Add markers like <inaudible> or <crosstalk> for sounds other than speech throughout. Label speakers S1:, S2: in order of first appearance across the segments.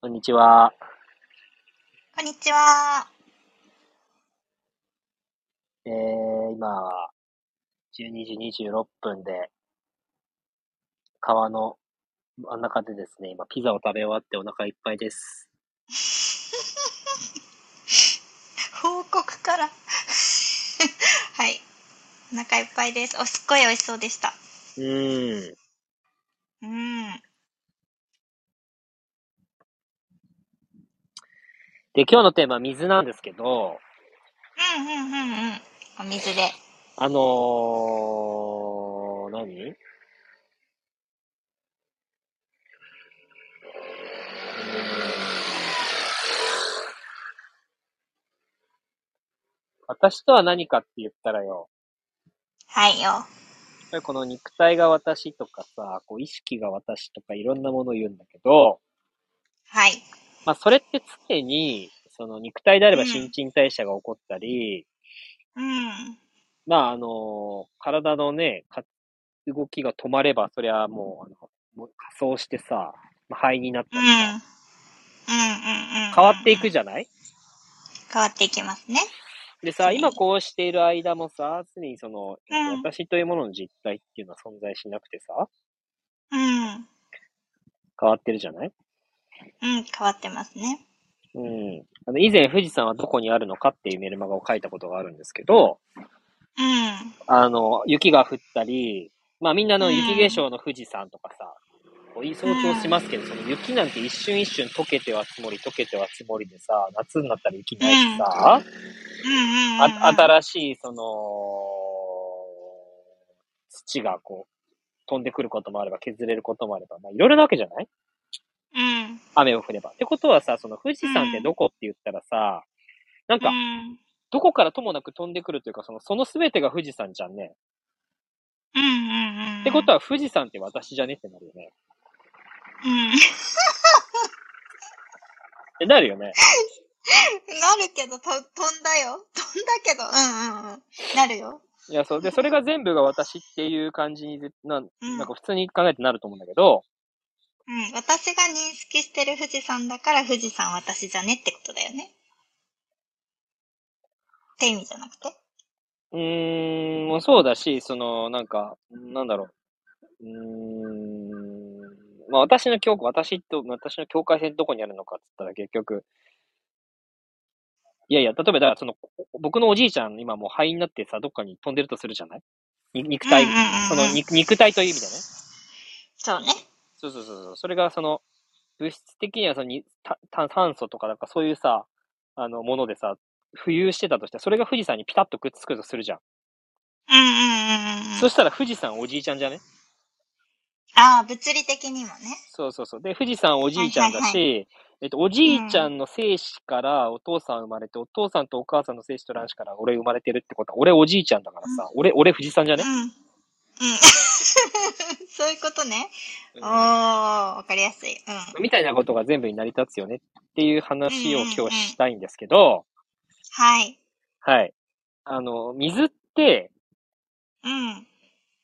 S1: こんにちは。
S2: こんにちは。
S1: えー、今、12時26分で、川の真ん中でですね、今ピザを食べ終わってお腹いっぱいです。
S2: 報告 <laughs> から。はい。お腹いっぱいです。お、すっごい美味しそうでした。
S1: うーん。
S2: うん。は
S1: で、今日のテーマは水なんですけど、
S2: うんうんうんうん。お水で。
S1: あのー、何うーん私とは何かって言ったらよ、
S2: はいよ。
S1: やっぱりこの肉体が私とかさ、こう意識が私とかいろんなものを言うんだけど、
S2: はい。
S1: まあそれって常に、その肉体であれば新陳代謝が起こったり、
S2: うん。
S1: まああの、体のね、か動きが止まれば、そりゃもう、あの、もう仮装してさ、まあ肺になった
S2: うん。う
S1: り
S2: んうん
S1: さ、
S2: うん。
S1: 変わっていくじゃない
S2: 変わっていきますね。
S1: で
S2: 常
S1: さ、
S2: に
S1: 今こうしている間もさ、常にその、
S2: うん
S1: 私というものの実体っていうのは存在しなくてさ、
S2: うん。
S1: 変わってるじゃない
S2: うん。変わってますね。
S1: うん。あの、以前富士山はどこにあるのかっていうメルマガを書いたことがあるんですけど、
S2: うん。
S1: あの、雪が降ったり、まあみんなの
S2: うん
S1: 雪化粧の富士山とかさ、こう想像しますけど、その雪なんて一瞬一瞬溶けては積もり、溶けては積もりでさ、夏になったら雪ないしさ、
S2: うんうんうん。
S1: あ
S2: る。
S1: 新しい、その、土がこう、飛んでくることもあれば、削れることもあれば、まあいろいろなわけじゃない
S2: うん。
S1: 雨を降れば。ってことはさ、その富士山ってどこって言ったらさ、なんか
S2: うん。
S1: どこからともなく飛んでくるというか、その、その全てが富士山じゃんね。
S2: うんうんうん。
S1: ってこと
S2: は。
S1: は、富士山って私じゃねってなるよね。
S2: うん。 <laughs>
S1: ってなるよね。
S2: なるけど、と飛んだよ。飛んだけど。うんうんうん。なるよ。
S1: いや、そう。で、それが全部が私っていう感じにぜ、なん
S2: うん。
S1: なんか普通に考えてなると思うんだけど、
S2: うん、私が認識してる富士山だから富士山は私じゃねってことだよね。って意味じゃなくて。
S1: うーん、もうそうだし、その、なんか、なんだろう。うーん、まあ私の境、私と、私の境界線どこにあるのかって言ったら結局、いやいや、例えば、だからその、僕のおじいちゃん、今もう肺になってさ、どっかに飛んでるとするじゃないに肉体
S2: うんうんうんうん
S1: その肉肉体という意味でね。
S2: そうね。
S1: そうそうそうそう。それがその、物質的にはそのにたた炭素とかなんかそういうさ、あの、ものでさ、浮遊してたとして、それが富士山にピタッとくっつくとするじゃん。
S2: うんうんうんうんう
S1: そ
S2: ん。
S1: したら富士山おじいちゃんじゃね
S2: ああ、物理的にもね。
S1: そうそうそう。で、富士山おじいちゃんだし、
S2: はいは
S1: えっと、おじいちゃんの精子からお父さん生まれて、お父さんとお母さんの精子と卵子から俺生まれてるってことは、俺おじいちゃんだからさ、俺、俺富士山じゃ
S2: う
S1: ね、
S2: ん。うん。 <laughs> そういうことね。おー、わかりやすい。うん。
S1: みたいなことが全部に成り立つよねっていう話を
S2: うんうんう
S1: 今
S2: ん
S1: 日したいんですけど、
S2: はい。
S1: はい。あの、水って、
S2: うん。うん。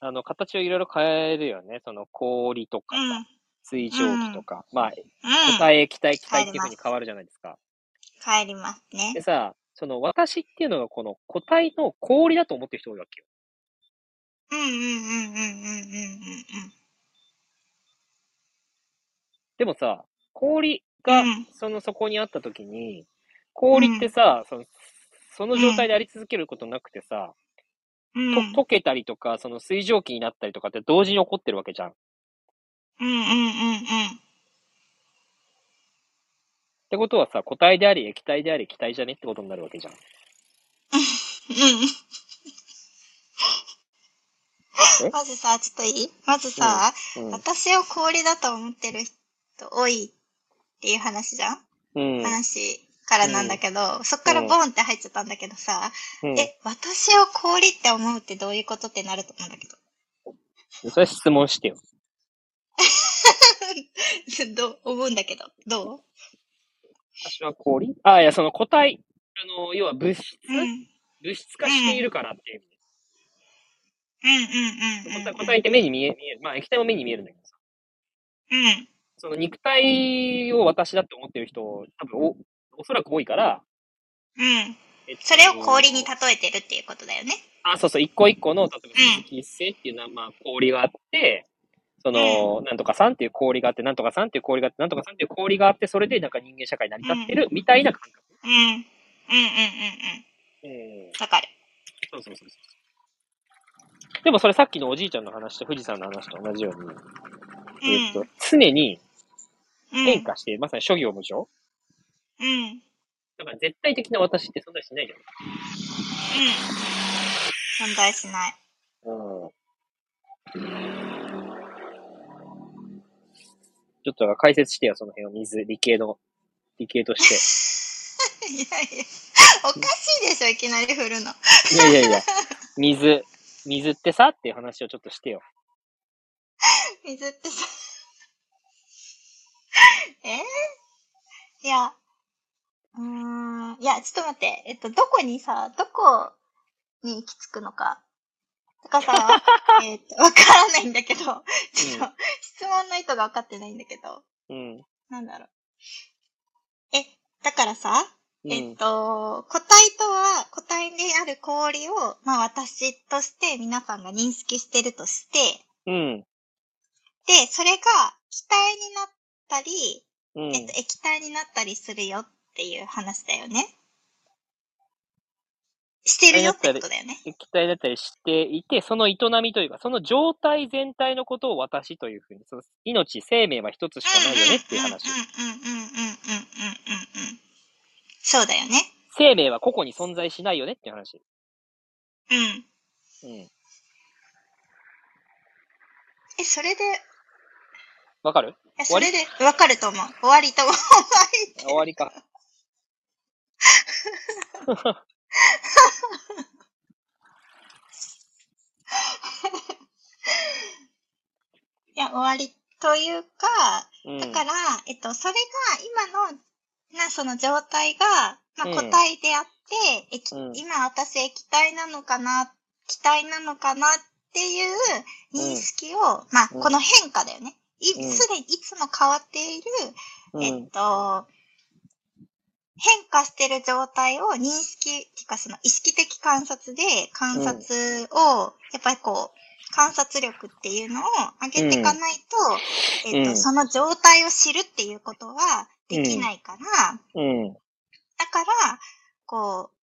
S1: あの、形をいろいろ変えるよね。その氷とか
S2: う
S1: さ、
S2: ん。
S1: 水蒸気とか、まあ、固
S2: 変
S1: 体、液体、気体っていう風に変わるじゃないですか。
S2: えりますね
S1: で。さ、その私っていうのがこの固体の氷だと思ってる人多いわけよ。
S2: うんうんうんうんうんうんうん
S1: でもさ、氷
S2: う
S1: が
S2: ん
S1: そのそこにあった時に、氷ってさ、その、その状態であり続けることなくてさ、
S2: うん。
S1: と溶けたりとか、その水蒸気になったりとかって同時に起こってるわけじゃん。っ
S2: うんうんうんうん。
S1: てことはさ、固体であり、液体であり、気体じゃねってことになるわけじゃん。
S2: うん
S1: え
S2: <laughs> まずさ、ちょっといいまずさ、
S1: うん
S2: 私を氷だと思ってる人多いっていう話じゃん、
S1: うん。
S2: 話からなんだけど、そっからボンって入っちゃったんだけどさ、
S1: うん。
S2: え、私を氷って思うってどういうことってなると思うんだけ
S1: それ質問してよ。
S2: ど。 <laughs> どう思うんだけど。どう
S1: 私は氷ああ、いや、その固体。あの、要は物質、
S2: うん。うんうん
S1: 物質化しているからっていう意味
S2: うんうんう
S1: 固体
S2: ん。
S1: 固体って目に見え見える。まあ、液体も目に見えるんだけどさ。
S2: うん。
S1: その肉体を私だって思ってる人、多分お、おそらく多いから、
S2: うん。
S1: えっと
S2: それを氷に例えてるっていうことだよね。
S1: あ、そうそう、一個一個の、例えば、一性っていうのは、まあ、氷があって、その、なんとかさんっていう氷があって、なんとかさんっていう氷があって、なんとかさんっていう氷があって、それでなんか人間社会成り立ってるみたいな感覚。
S2: うん。うんうんうんうん
S1: うん
S2: うん。わかる。
S1: そうそうそうそう。でもそれさっきのおじいちゃんの話と富士山の話と同じように、
S2: うん。
S1: えっと、常に
S2: うん。
S1: 変化して、まさに諸行無常
S2: うん。うん。
S1: だから絶対的な私って存在しないじゃん。
S2: 存在しない。
S1: うん。ちょっとなんか解説してよ、その辺を水、理系の、理系とし
S2: いやいや、おかしいでしょ、いきなり振るの。
S1: て。いやいやいや、水、水ってさっていう話をちょっとしてよ。
S2: 水ってさ。 <laughs> えー、いや、うーん、いや、ちょっと待って、えっと、どこにさ、どこに行き着くのか。とかさ、 <laughs> えっと、わからないんだけど、ちょっと、
S1: うん
S2: 質問の意図が分かってないんだけど、
S1: うん。
S2: なんだろう。え、だからさ、
S1: う
S2: えっ
S1: ん。
S2: と、個体とは、個体である氷を、まあ私として皆さんが認識してるとして、
S1: うん。
S2: で、それが気体になったり、
S1: う
S2: えっ
S1: ん
S2: と、。液体になったりするよっていう話だよね。してるよってことだよね。
S1: 液体だったりしていて、その営みというか、その状態全体のことを私というふうに、その命、生命は一つしかないよねっていう話。
S2: うんうんうんうんうんうんうんうんうんうん。そうだよね。
S1: 生命は個々に存在しないよねっていう話。
S2: うん。
S1: うん。
S2: え、それで、
S1: わかる
S2: え
S1: 終
S2: そ
S1: わり
S2: れで、わかると思う。終わりと思う。終
S1: 終わりか。
S2: いや、終わりというか、
S1: うん。
S2: だから、えっと、それが今の、な、その状態が、まあ、
S1: うん
S2: 個体であって、液
S1: うん
S2: 今私液体なのかな、気体なのかなっていう認識を、まあ、
S1: うん
S2: この変化だよね。い
S1: うん
S2: すでにいつも変わっている、
S1: う
S2: えっ
S1: ん。
S2: と、変化してる状態を認識、てかその意識的観察で観察を、やっぱりこう、観察力っていうのを上げていかないと、
S1: うん
S2: えっと、
S1: うん
S2: その状態を知るっていうことはできないから、
S1: うん。
S2: だから、こう、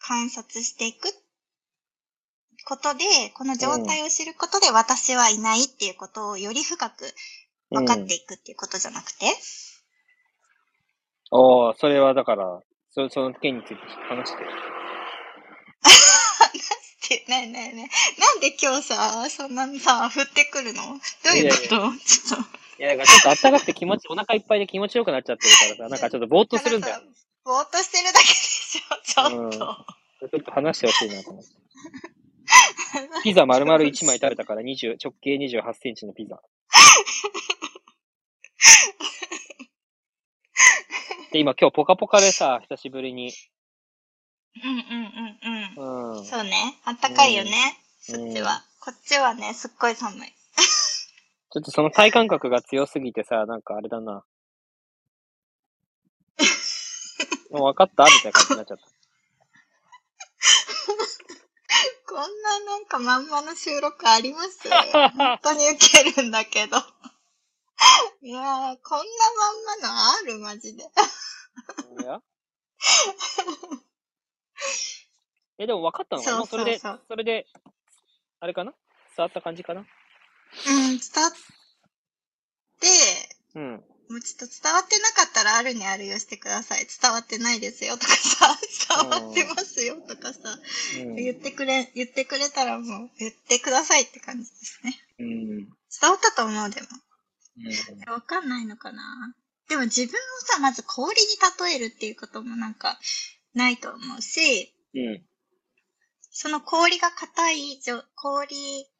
S2: 観察していくことで、この状態を知ることで私はいないっていうことをより深く分かっていくっていうことじゃなくて、
S1: おーそれはだから、そその件について話して。
S2: って、 <laughs> ねえねえねえ。なんで今日さ、そんなさ、降ってくるのどういうこ
S1: いや
S2: とちょっ
S1: いや、だからちょっとあったかくて気持ち、お腹いっぱいで気持ちよくなっちゃってるからさ、なんかちょっとぼーっと
S2: と。
S1: するんだよ
S2: た。ださぼーっとしてるだけでしょ、ちょっと。
S1: ちょっと話してほしいなと思
S2: <laughs>
S1: って。ピザ丸々1枚食べたから20、直径28センチのピ
S2: <laughs>
S1: ザ。で、今今日ポカポカでさ、久しぶりに。
S2: うんうんう
S1: う
S2: んうんん。。そうね。あったかいよね。
S1: うん
S2: そっちは。こっちはね、すっごい寒い。
S1: ちょっとその体感覚が強すぎてさ、なんかあれだ
S2: <laughs>
S1: な。もう分かったみたいな感じになっちゃった。
S2: こんななんかまんまの収録あります本当にウケるんだけど。いやー、こんなまんまのあるマジで。 <laughs>
S1: いやえ、でも分かったのかな
S2: そうそうそう
S1: もれで、それで、あれかな伝わった感じかな
S2: うん、伝わって、
S1: うん。
S2: もうちょっと伝わってなかったらあるにあるよしてください。伝わってないですよと
S1: <laughs>
S2: かさ、伝わってますよとかさ、
S1: うん
S2: 言ってくれ、言ってくれたらもう言ってくださいって感じですね。
S1: うん。
S2: 伝わったと思うでも。
S1: うん
S2: わかんないのかなでも自分をさ、まず氷に例えるっていうこともなんかないと思うし、
S1: うん。
S2: その氷が硬い状、氷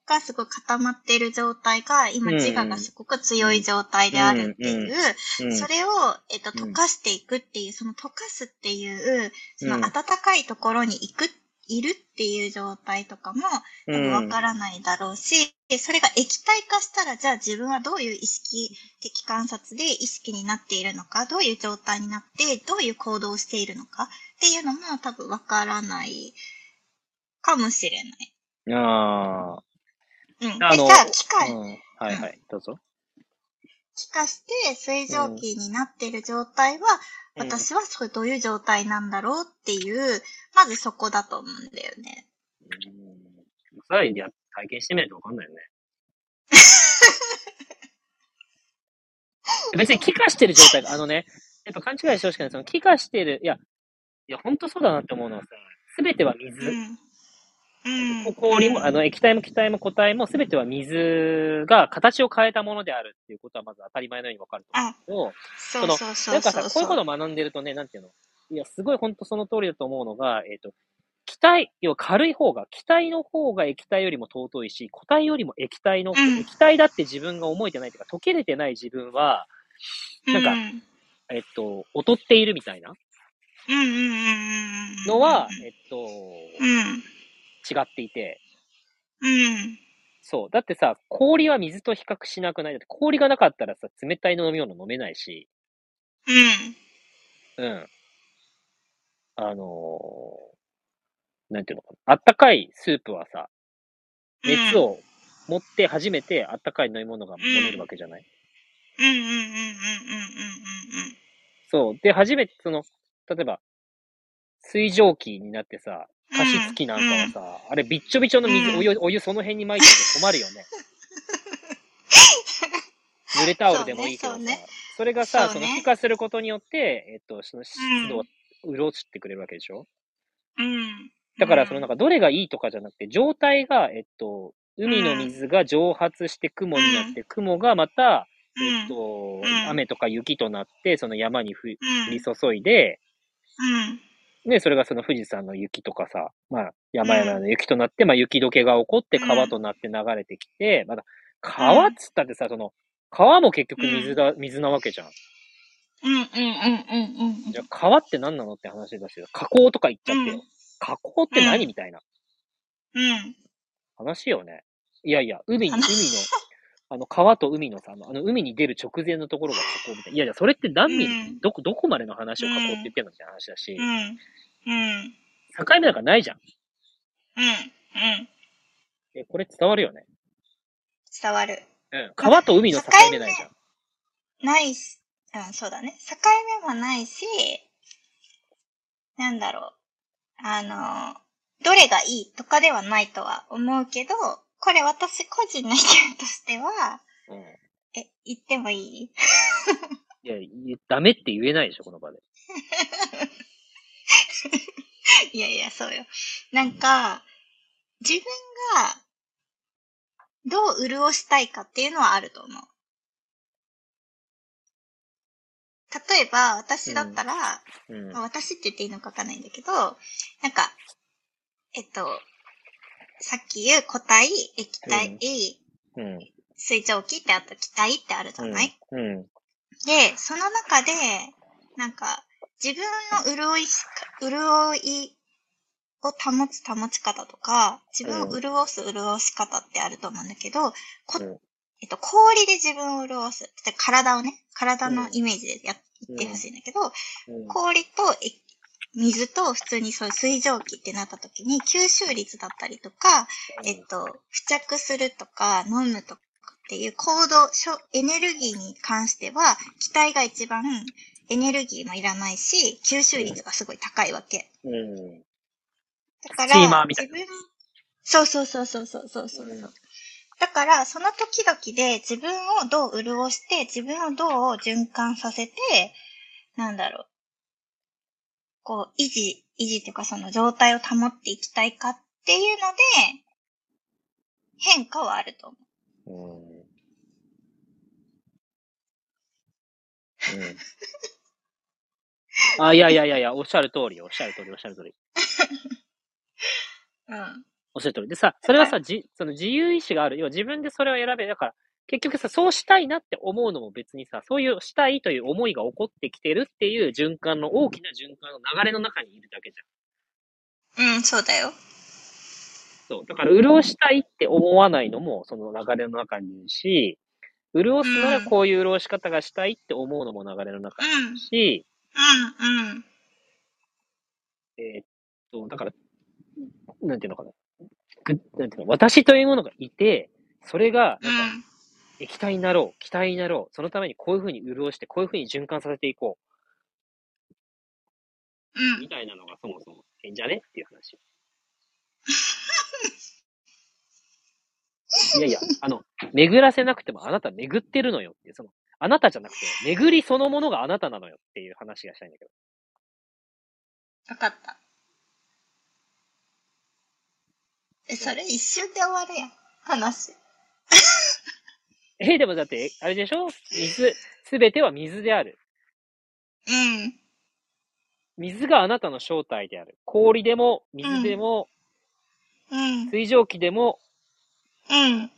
S2: がすごい固まってる状態が、今
S1: うん
S2: 自我がすごく強い状態であるっていう、
S1: うん
S2: それを、えっと、
S1: うん
S2: 溶かしていくっていう、その溶かすっていう、その
S1: うん
S2: 温かいところに行くいるっていう状態とかも
S1: う
S2: 多分
S1: ん。
S2: わからないだろうし、それが液体化したら、じゃあ自分はどういう意識的観察で意識になっているのか、どういう状態になって、どういう行動をしているのかっていうのも多分わからないかもしれない。
S1: あ
S2: うん。で、じ
S1: あ。
S2: ゃ
S1: あの、
S2: あ機械、
S1: うん。はいはい。どうぞ。
S2: 気化して水蒸気になってる状態は、
S1: うん
S2: 私はそれどういう状態なんだろうっていう、まずそこだと思うんだよね。
S1: うん。さらにや体験してみないとわかんないよ
S2: <laughs>
S1: ね。別に気化してる状態が、あのね、やっぱ勘違いしてほしくない。その気化してる、いや、いや、ほんとそうだなって思うのはさ、すべては
S2: う
S1: 水。
S2: ん。うん。
S1: 氷も、あ
S2: うん、
S1: の、液体も気体も固体もすべては水が形を変えたものであるっていうことはまず当たり前のようにわかると
S2: あ、
S1: 思う
S2: そ
S1: の
S2: うそう
S1: けど、
S2: そ
S1: な
S2: うん
S1: かさ、
S2: そう
S1: こう
S2: そ
S1: いうこ
S2: う。
S1: とを学んでるとね、なんていうのいや、すごいほんとその通りだと思うのが、えっ、と、気体、要は軽い方が、気体の方が液体よりも尊いし、固体よりも液体の、
S2: うん
S1: 液体だって自分が思えてないというか、溶けれてない自分は、なんか
S2: うん
S1: えっと、劣っているみたいな
S2: うんうんうんうんうん。
S1: のは、
S2: う
S1: えっと、
S2: ん。
S1: 違っていて、
S2: うん。
S1: そう。だってさ、氷は水と比較しなくないだって氷がなかったらさ、冷たい飲み物飲めないし、
S2: うん。
S1: うん。あのーなんていうのかな。あったかいスープはさ、熱を持って初めてあったかい飲み物が飲めるわけじゃない、
S2: うんうんうんうんうんうんうん
S1: そう。で、初めて、その、例えば、水蒸気になってさ、加湿器なんかはさ、あれ、びっちょびちょの水、
S2: うん
S1: お湯、お湯その辺に撒いてて困るよね。
S2: <laughs>
S1: 濡れタオルでもいいけどさ、
S2: そ
S1: そう
S2: ね
S1: れがさ、
S2: そ
S1: そう
S2: ね
S1: の気化することによって、えっと、その湿度を潤してくれるわけでしょ、
S2: うんうんうん。
S1: だから、そのなん
S2: か、
S1: か、どれがいいとかじゃなくて、状態が、えっと、海の水が蒸発して雲になって、雲がまた、えっ
S2: うん。
S1: と
S2: うん、
S1: 雨とか雪となって、その山にふ
S2: うん
S1: 降り注いで、
S2: うん。
S1: ね、それがその富士山の雪とかさ、まあ、山々の雪となって、まあ、雪解けが起こって
S2: うん
S1: 川となって流れてきて、まだ、川っつったってさ、その、川も結局水だ、水なわけじゃん。
S2: うんうんうんうんうん。
S1: じゃあ、川って何なのって話だし、河口とか言っちゃって
S2: う
S1: よ
S2: ん。
S1: 河口って
S2: う
S1: 何
S2: ん
S1: みたいな
S2: うん。
S1: 話よね。いやいや、海に、海の
S2: 話、
S1: あの、川と海のさ、あの、あの海に出る直前のところが河口みたいな。いやいや、それって何ミリ、
S2: うん
S1: どこ、どこまでの話を河口って言ってんのって話だし
S2: う、ん。うん。
S1: 境目なんかないじゃん。
S2: うん。うん。
S1: え、これ伝わるよね。
S2: 伝わる。
S1: うん。川と海の境目ないじゃん。
S2: ないし、うん、そうだね。境目もないし、なんだろう。あの、どれがいいとかではないとは思うけど、これ私個人の意見としては、
S1: うん。
S2: え、言ってもい <laughs> い
S1: いや、いダメって言えないでしょ、この場で。
S2: いやいや、そうよ。なんか、自分が、どう潤したいかっていうのはあると思う。例えば、私だったら、
S1: うん。
S2: まあ私って言っていいのかわかんないんだけど、なんか、えっと、さっき言う固体、液体、
S1: うんうん。
S2: 水蒸気ってあと気体ってあるじゃない、
S1: うん。
S2: で、その中で、なんか、自分の潤いしか、潤いを保つ保ち方とか、自分を
S1: うん
S2: 潤す潤し方ってあると思うんだけど、こ
S1: うん
S2: えっと、氷で自分を潤す。例えば体をね、体のイメージでやっ言ってほしいんだけど、
S1: うん。
S2: 氷とえ水と普通にそういう水蒸気ってなった時に吸収率だったりとか、えっと、付着するとか飲むとかっていう行動、しょエネルギーに関しては気体が一番エネルギーもいらないし、吸収率がすごい高いわけ。
S1: うん。
S2: だか
S1: スチーマ
S2: ら、
S1: ーみたい
S2: 自分、そうそうそうそうそうそうそう。だから、その時々で自分をどう潤して、自分をどう循環させて、なんだろう。こう、維持、維持っていうかその状態を保っていきたいかっていうので、変化はあると思
S1: うん。うん。あ、いやいやいやいや、おっしゃる通りよ、おっしゃる通り、おっしゃる通り。
S2: う。うん。
S1: おっしゃる通り。でさ、それはさ、じ、その自由意志がある。要は自分でそれを選べ。だから、結局さ、そうしたいなって思うのも別にさ、そういうしたいという思いが起こってきてるっていう循環の、大きな循環の流れの中にいるだけじゃん。
S2: うん、そうだよ。
S1: そう。だから、潤したいって思わないのも、その流れの中にいるし、潤すならこういう潤し方がしたいって思うのも流れの中にいるし、
S2: うん、うん。
S1: えーっと、だから、なんていうのかな。ぐなんていうの、私というものがいて、それが、
S2: う
S1: なんか、
S2: ん。
S1: 液体になろう、気体になろう、そのためにこういうふうに潤して、こういうふうに循環させていこ
S2: う
S1: う、
S2: ん。
S1: みたいなのがそもそも変じゃねっていう
S2: <laughs>
S1: 話。いやいや、あの、巡らせなくてもあなた巡ってるのよっていう、その、あなたじゃなくて、巡りそのものがあなたなのよっていう話がしたいんだけど。
S2: わかった。え、それ一瞬で終わるやん。話。
S1: えーでもだって、あれでしょ水、すべては水である。
S2: うん。
S1: 水があなたの正体である。氷でも、水でも、
S2: うん。
S1: 水蒸気でも、
S2: うん。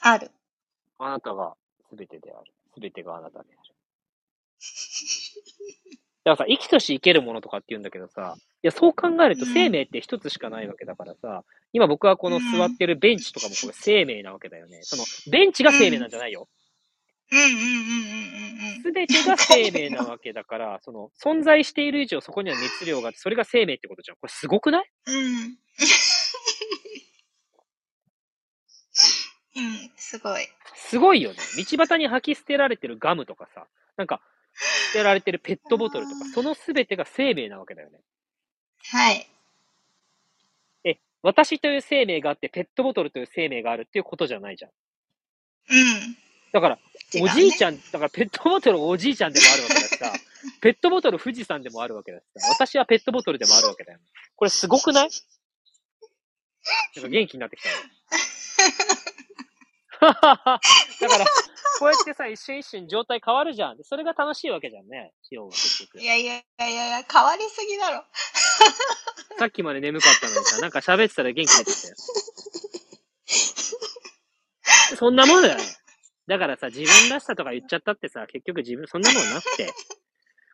S2: ある。
S1: あなたが全てである。全てがあなたである。だからさ、生きとし生けるものとかって言うんだけどさ、いや、そう考えると
S2: うん
S1: 生命って一つしかないわけだからさ、今僕はこの座ってるベンチとかもこれ生命なわけだよね。その、ベンチが生命なんじゃないよ。
S2: うんうんうんうんうんうん。
S1: 全てが生命なわけだから、その、存在している以上そこには熱量があって、それが生命ってことじゃん。これすごくない
S2: うん。 <laughs> うん、すごい。
S1: すごいよね。道端に吐き捨てられてるガムとかさ、なんか、捨てられてるペットボトルとか
S2: あー、
S1: その全てが生命なわけだよね。
S2: はい。
S1: 私という生命があって、ペットボトルという生命があるっていうことじゃないじゃん。
S2: うん。
S1: だから、
S2: 違う
S1: お
S2: ね
S1: じいちゃん、だからペットボトルおじいちゃんでもあるわけだし
S2: <laughs>
S1: さ、ペットボトル富士山でもあるわけだしさ、私はペットボトルでもあるわけだよね。これすごくないなんか元気になってきた
S2: <laughs>
S1: ね。だから、こうやってさ、一瞬一瞬状態変わるじゃん。それが楽しいわけじゃんね、要は結局
S2: い。やいやいやいや、変わりすぎだろ。
S1: さっきまで眠かったのにさ、なんか喋ってたら元気出てきたよ。そんなもんだよね。だからさ、自分らしさとか言っちゃったってさ、結局自分、そんなもんなくて。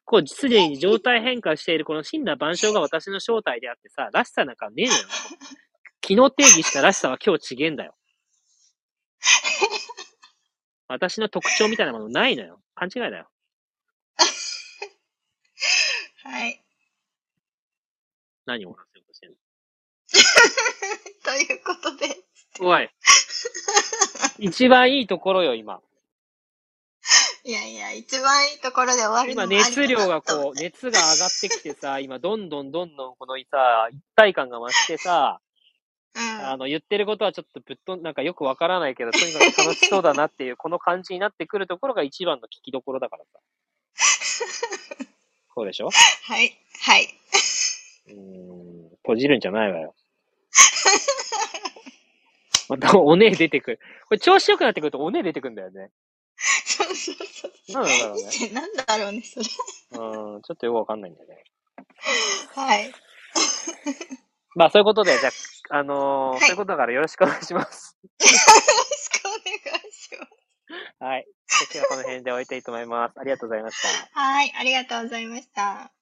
S1: こう、すでに状態変化しているこの真羅万象が私の正体であってさ、らしさなんかねえのよ。昨日定義したらしさは今日違えんだよ。私の特徴みたいなものないのよ。勘違いだよ。
S2: はい。
S1: 何を話そうとしてんの
S2: ということで。
S1: おい。一番いいところよ、今。
S2: いやいや、一番いいところで終わる
S1: 今
S2: のもあり
S1: 熱量が
S2: かなと
S1: こう、熱が上がってきて
S2: <laughs>
S1: さ、今どんどんどんどんこのさ、一体感が増してさ、
S2: うん。
S1: あの、言ってることはちょっとぶっとん、なんかよくわからないけど、とにかく楽しそうだなって
S2: <laughs>
S1: いう、この感じになってくるところが一番の聞きどころだからさ。
S2: <laughs>
S1: そうでしょ
S2: はい。はい。
S1: うーん、閉じるんじゃないわ
S2: <laughs>
S1: よ。またおねえ出てくる。これ調子良くなってくるとおねえ出てくるんだよね。
S2: そうそう <laughs> そう。
S1: なんだろうね。
S2: 見て、なんだろうね、それ。
S1: うーん、ちょっとよくわかんないんだよね。
S2: はい。
S1: まあそういうことで、じゃあ、あのー
S2: はい
S1: そういうことだからよろしくお願いします。
S2: よろしくお願いします。
S1: はい。今日はこの辺で終えたいと思います。ありがとうございました。
S2: はい、ありがとうございました。